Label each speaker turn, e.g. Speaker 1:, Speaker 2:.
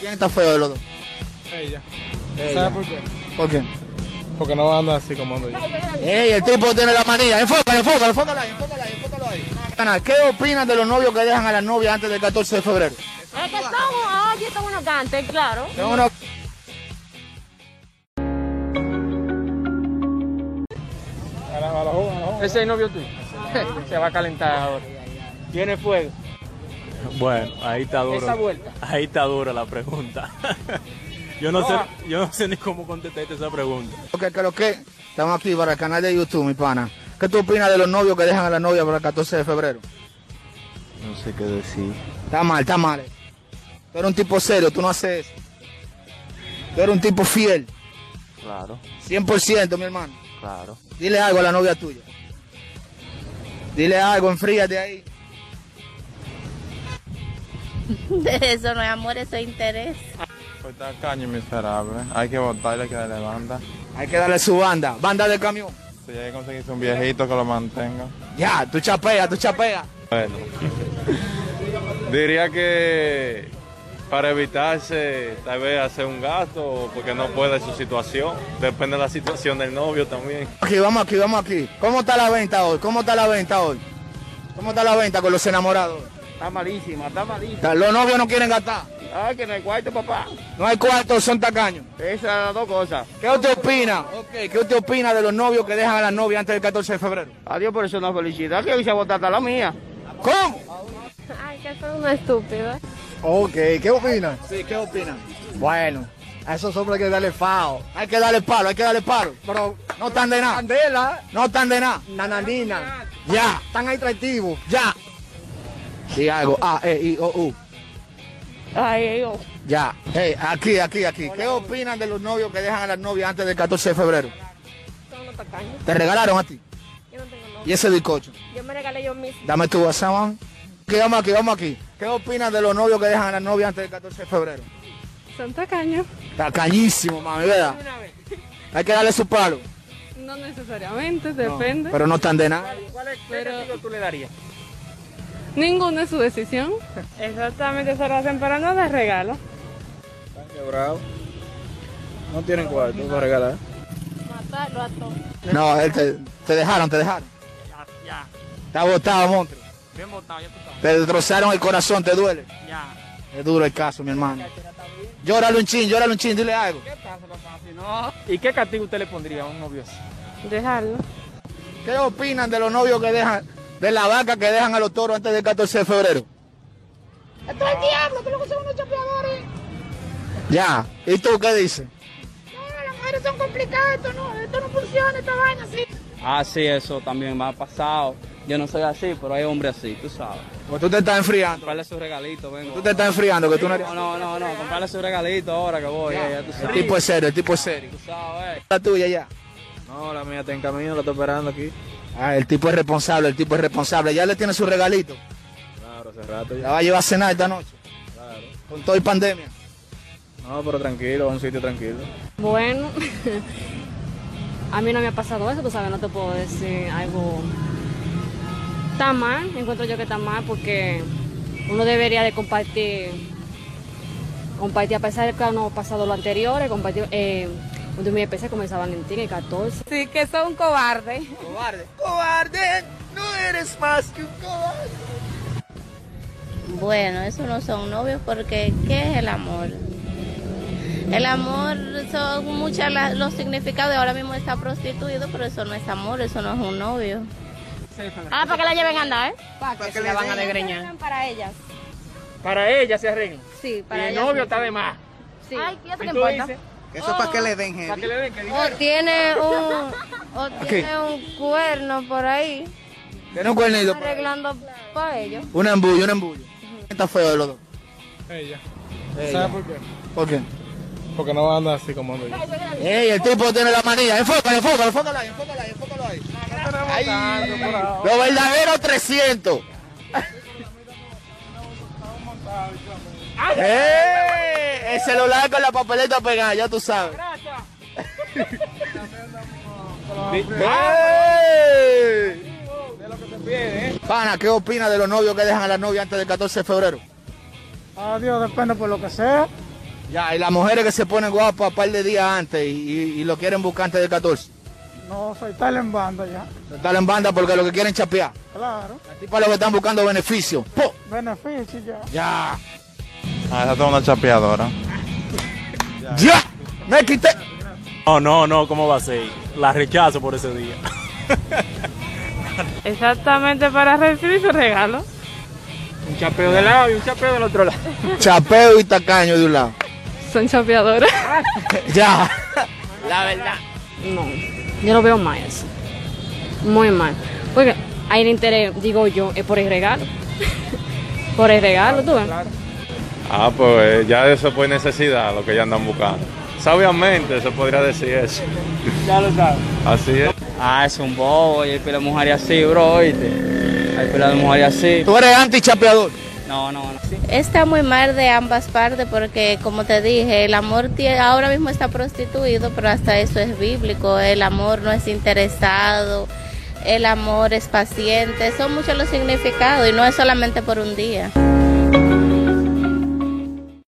Speaker 1: ¿Quién está feo de los dos?
Speaker 2: Ella.
Speaker 1: Ella.
Speaker 2: ¿Sabes por qué?
Speaker 1: ¿Por qué?
Speaker 2: Porque no anda así como ando yo.
Speaker 1: Ey, el tipo tiene la manía. Enfócalo, enfócalo, enfócalo ahí, enfócalo ahí, enfócalo ahí. Ana, ¿Qué opinas de los novios que dejan a las novias antes del 14 de febrero?
Speaker 3: Es que ah, son, oye, son unos gantes, claro.
Speaker 1: Son unos-
Speaker 2: A la, a la joven, a la joven.
Speaker 4: Ese es novio tuyo. Se va a calentar ahora. Tiene fuego.
Speaker 5: Bueno, ahí está duro.
Speaker 4: Esa vuelta.
Speaker 5: Ahí está dura la pregunta. yo no sé, yo no sé ni cómo contestarte esa pregunta.
Speaker 1: Ok, creo que estamos aquí para el canal de YouTube, mi pana. ¿Qué tú opinas de los novios que dejan a la novia para el 14 de febrero?
Speaker 6: No sé qué decir.
Speaker 1: Está mal, está mal. eh. Tú eres un tipo serio, tú no haces eso. Tú eres un tipo fiel,
Speaker 6: Claro,
Speaker 1: 100%, mi hermano.
Speaker 6: claro.
Speaker 1: Dile algo a la novia tuya. Dile algo, enfríate ahí.
Speaker 3: Eso no es amor, eso es interés.
Speaker 2: Pues está caño y miserable. Hay que botarle que le banda.
Speaker 1: Hay que darle su banda, banda del camión.
Speaker 2: Si hay que conseguirse un viejito que lo mantenga.
Speaker 1: Ya, tú chapeas, tú chapeas.
Speaker 7: Bueno, diría que para evitarse Eh, tal vez hacer un gasto porque no puede su situación, depende de la situación del novio también.
Speaker 1: Aquí, vamos aquí, vamos aquí. ¿Cómo está la venta hoy? ¿Cómo está la venta hoy? ¿Cómo está la venta con los enamorados?
Speaker 4: Está malísima, está malísima.
Speaker 1: Los novios no quieren gastar.
Speaker 4: Ah, que no hay cuarto, papá.
Speaker 1: No hay cuartos, son tacaños.
Speaker 4: Esas son las dos cosas.
Speaker 1: ¿Qué usted opina? Ok, ¿Qué usted opina de los novios que dejan a las novias antes del 14 de febrero?
Speaker 4: Adiós por eso no felicidad que se botar hasta la mía.
Speaker 1: ¿Cómo?
Speaker 3: Ay, que son unos estúpidos.
Speaker 8: Ok, ¿qué opinas?
Speaker 1: Sí, ¿qué opina?
Speaker 8: Bueno, a esos hombres hay que darle fao.
Speaker 1: Hay que darle palo, hay que darle palo.
Speaker 8: Pero
Speaker 1: No están de nada,
Speaker 8: Candela,
Speaker 1: no están de nada.
Speaker 8: Nananina,
Speaker 1: Ya,
Speaker 8: están ahí atractivos.
Speaker 1: ya. Y algo, A, E, I, O, U.
Speaker 3: Ay, yo.
Speaker 1: Ya. Hey, aquí, aquí, aquí. ¿Qué opinan de los novios que dejan a las novias antes del 14 de febrero?
Speaker 3: Son unos tacaños.
Speaker 1: ¿Te regalaron a ti?
Speaker 3: Yo no tengo novio.
Speaker 1: ¿Y ese bizcocho?
Speaker 3: Yo me regalé yo mismo.
Speaker 1: Dame tu WhatsApp, man. Aquí, vamos aquí, vamos aquí. ¿Qué opinas de los novios que dejan a las novias antes del 14 de febrero?
Speaker 3: Son tacaños.
Speaker 1: Está cañísimo, mami, ¿verdad? Hay que darle su palo.
Speaker 9: No necesariamente,
Speaker 1: No,
Speaker 9: depende.
Speaker 1: Pero no están de nada.
Speaker 4: ¿Cuál es
Speaker 9: Pero-
Speaker 4: tú le darías?
Speaker 9: Ninguna es su decisión. Exactamente, se lo hacen para no dar regalo.
Speaker 2: Están quebrados. No tienen cuarto para regalar.
Speaker 3: Matarlo a todos.
Speaker 1: No, él te, te dejaron, te dejaron.
Speaker 4: Ya, ya.
Speaker 1: Te ha botado, monstruo.
Speaker 4: Bien botado, ya tú sabes.
Speaker 1: Te destrozaron el corazón, te duele.
Speaker 4: Ya.
Speaker 1: Es duro el caso, mi hermano. Llórale un chin, llórale un chin, dile algo.
Speaker 4: ¿Qué pasa, papá? Si no... ¿Y qué castigo usted le pondría a un novio así?
Speaker 9: Dejarlo.
Speaker 1: ¿Qué opinan de los novios que dejan, de la vaca que dejan a los toros antes del 14 de febrero?
Speaker 3: ¡Esto es diablo! ¡Que luego son unos chapeadores!
Speaker 1: Ya. ¿Y tú qué dices?
Speaker 3: No, las mujeres son complicadas. Esto no, esto no funciona, esta vaina así.
Speaker 4: Ah, sí, eso también me ha pasado. Yo no soy así, pero hay hombres así, tú sabes.
Speaker 1: Pues tú te estás enfriando.
Speaker 4: Comprarle su regalito, vengo.
Speaker 1: Tú te estás enfriando, que tú no eres...
Speaker 4: No, no, no, no, comprarle su regalito ahora que voy, eh, ya, ya tú
Speaker 1: El
Speaker 4: sabes.
Speaker 1: tipo es serio, el tipo es serio.
Speaker 4: Tú sabes.
Speaker 1: La tuya ya.
Speaker 2: No, la mía está en camino, la estoy esperando aquí.
Speaker 1: Ah, el tipo es responsable, el tipo es responsable. Ya le tiene su regalito.
Speaker 2: Claro, hace rato
Speaker 1: La va a llevar a cenar esta noche. Con todo y pandemia.
Speaker 2: No, pero tranquilo, a un sitio tranquilo.
Speaker 9: Bueno, a mí no me ha pasado eso, tú sabes, no te puedo decir algo tan mal. Encuentro yo que está mal porque uno debería de compartir, compartir a pesar de que no ha pasado lo anterior, eh, compartir, eh, un día muy especial como el San Valentín, el 14.
Speaker 3: Sí, que son cobardes.
Speaker 1: Cobarde. Cobarde. No eres más que un cobarde.
Speaker 10: Bueno, eso no son novios porque ¿qué es el amor? El amor son muchas la- los significados. Ahora mismo está prostituido, pero eso no es amor, eso no es un novio.
Speaker 3: Ah, para que la lleven a andar, ¿eh?
Speaker 10: Para que la van a desgreñar.
Speaker 3: Para ellas.
Speaker 4: Para ella se arregla.
Speaker 3: Sí,
Speaker 4: Y el novio está de más.
Speaker 3: Sí. Ay, ¿y eso
Speaker 4: Y
Speaker 3: qué
Speaker 4: tú
Speaker 3: importa?
Speaker 4: dices,
Speaker 6: Eso es para que le den
Speaker 4: para que le den que diga,
Speaker 10: O tiene un, o tiene un cuerno por ahí,
Speaker 1: Tiene un cuernito. pues.
Speaker 10: arreglando para ellos.
Speaker 1: Un embullo, un embullo. Está feo de los dos.
Speaker 2: Ella.
Speaker 1: Ella.
Speaker 2: ¿Sabes por qué?
Speaker 1: ¿Por qué?
Speaker 2: Porque no anda así como ando yo.
Speaker 1: Ey, el tipo tiene la manía. Enfócalo, enfócalo, enfócalo ahí, enfócalo ahí, enfócalo ahí. Ay, Los verdaderos 300. ¡Eh! El celular con la papeleta pegada, ya tú sabes. ¡Ey! Pana, ¿qué opina de los novios que dejan a la novia antes del 14 de febrero?
Speaker 2: Adiós, depende por lo que sea.
Speaker 1: Ya, y las mujeres que se ponen guapas un par de días antes y, y- y lo quieren buscar antes del 14.
Speaker 11: No, soy tal en banda ya.
Speaker 1: Están en banda porque lo que quieren chapear.
Speaker 11: Claro.
Speaker 1: Y para los que están buscando beneficio. ¡Po!
Speaker 11: Beneficio ya.
Speaker 1: Ya.
Speaker 6: Ah, esa es una chapeadora.
Speaker 1: ¡Ya! ¡Me quité!
Speaker 5: No, no, no, ¿cómo va a ser? La rechazo por ese día.
Speaker 12: Exactamente para recibir su regalo.
Speaker 4: Un chapeo de lado y un chapeo del otro lado.
Speaker 1: Chapeo y tacaño de un lado.
Speaker 9: Son chapeadoras.
Speaker 1: Ya.
Speaker 9: La verdad. No, yo lo veo mal eso. Muy mal. Porque ahí el interés, digo yo, es por el regalo. por el regalo, tú ves.
Speaker 7: Ah, pues eh, ya eso es por necesidad lo que ya andan buscando. Sabiamente se podría decir eso.
Speaker 4: Ya lo sabes.
Speaker 7: Así es.
Speaker 4: Ah, es un bobo. Y hay pila de mujeres así, bro, oíste. Hay pila de mujeres así.
Speaker 1: Tú eres anti-chapeador.
Speaker 4: No, no, no.
Speaker 10: Está muy mal de ambas partes porque, como te dije, el amor tie- ahora mismo está prostituido, pero hasta eso es bíblico. El amor no es interesado, el amor es paciente. Son muchos los significados y no es solamente por un día.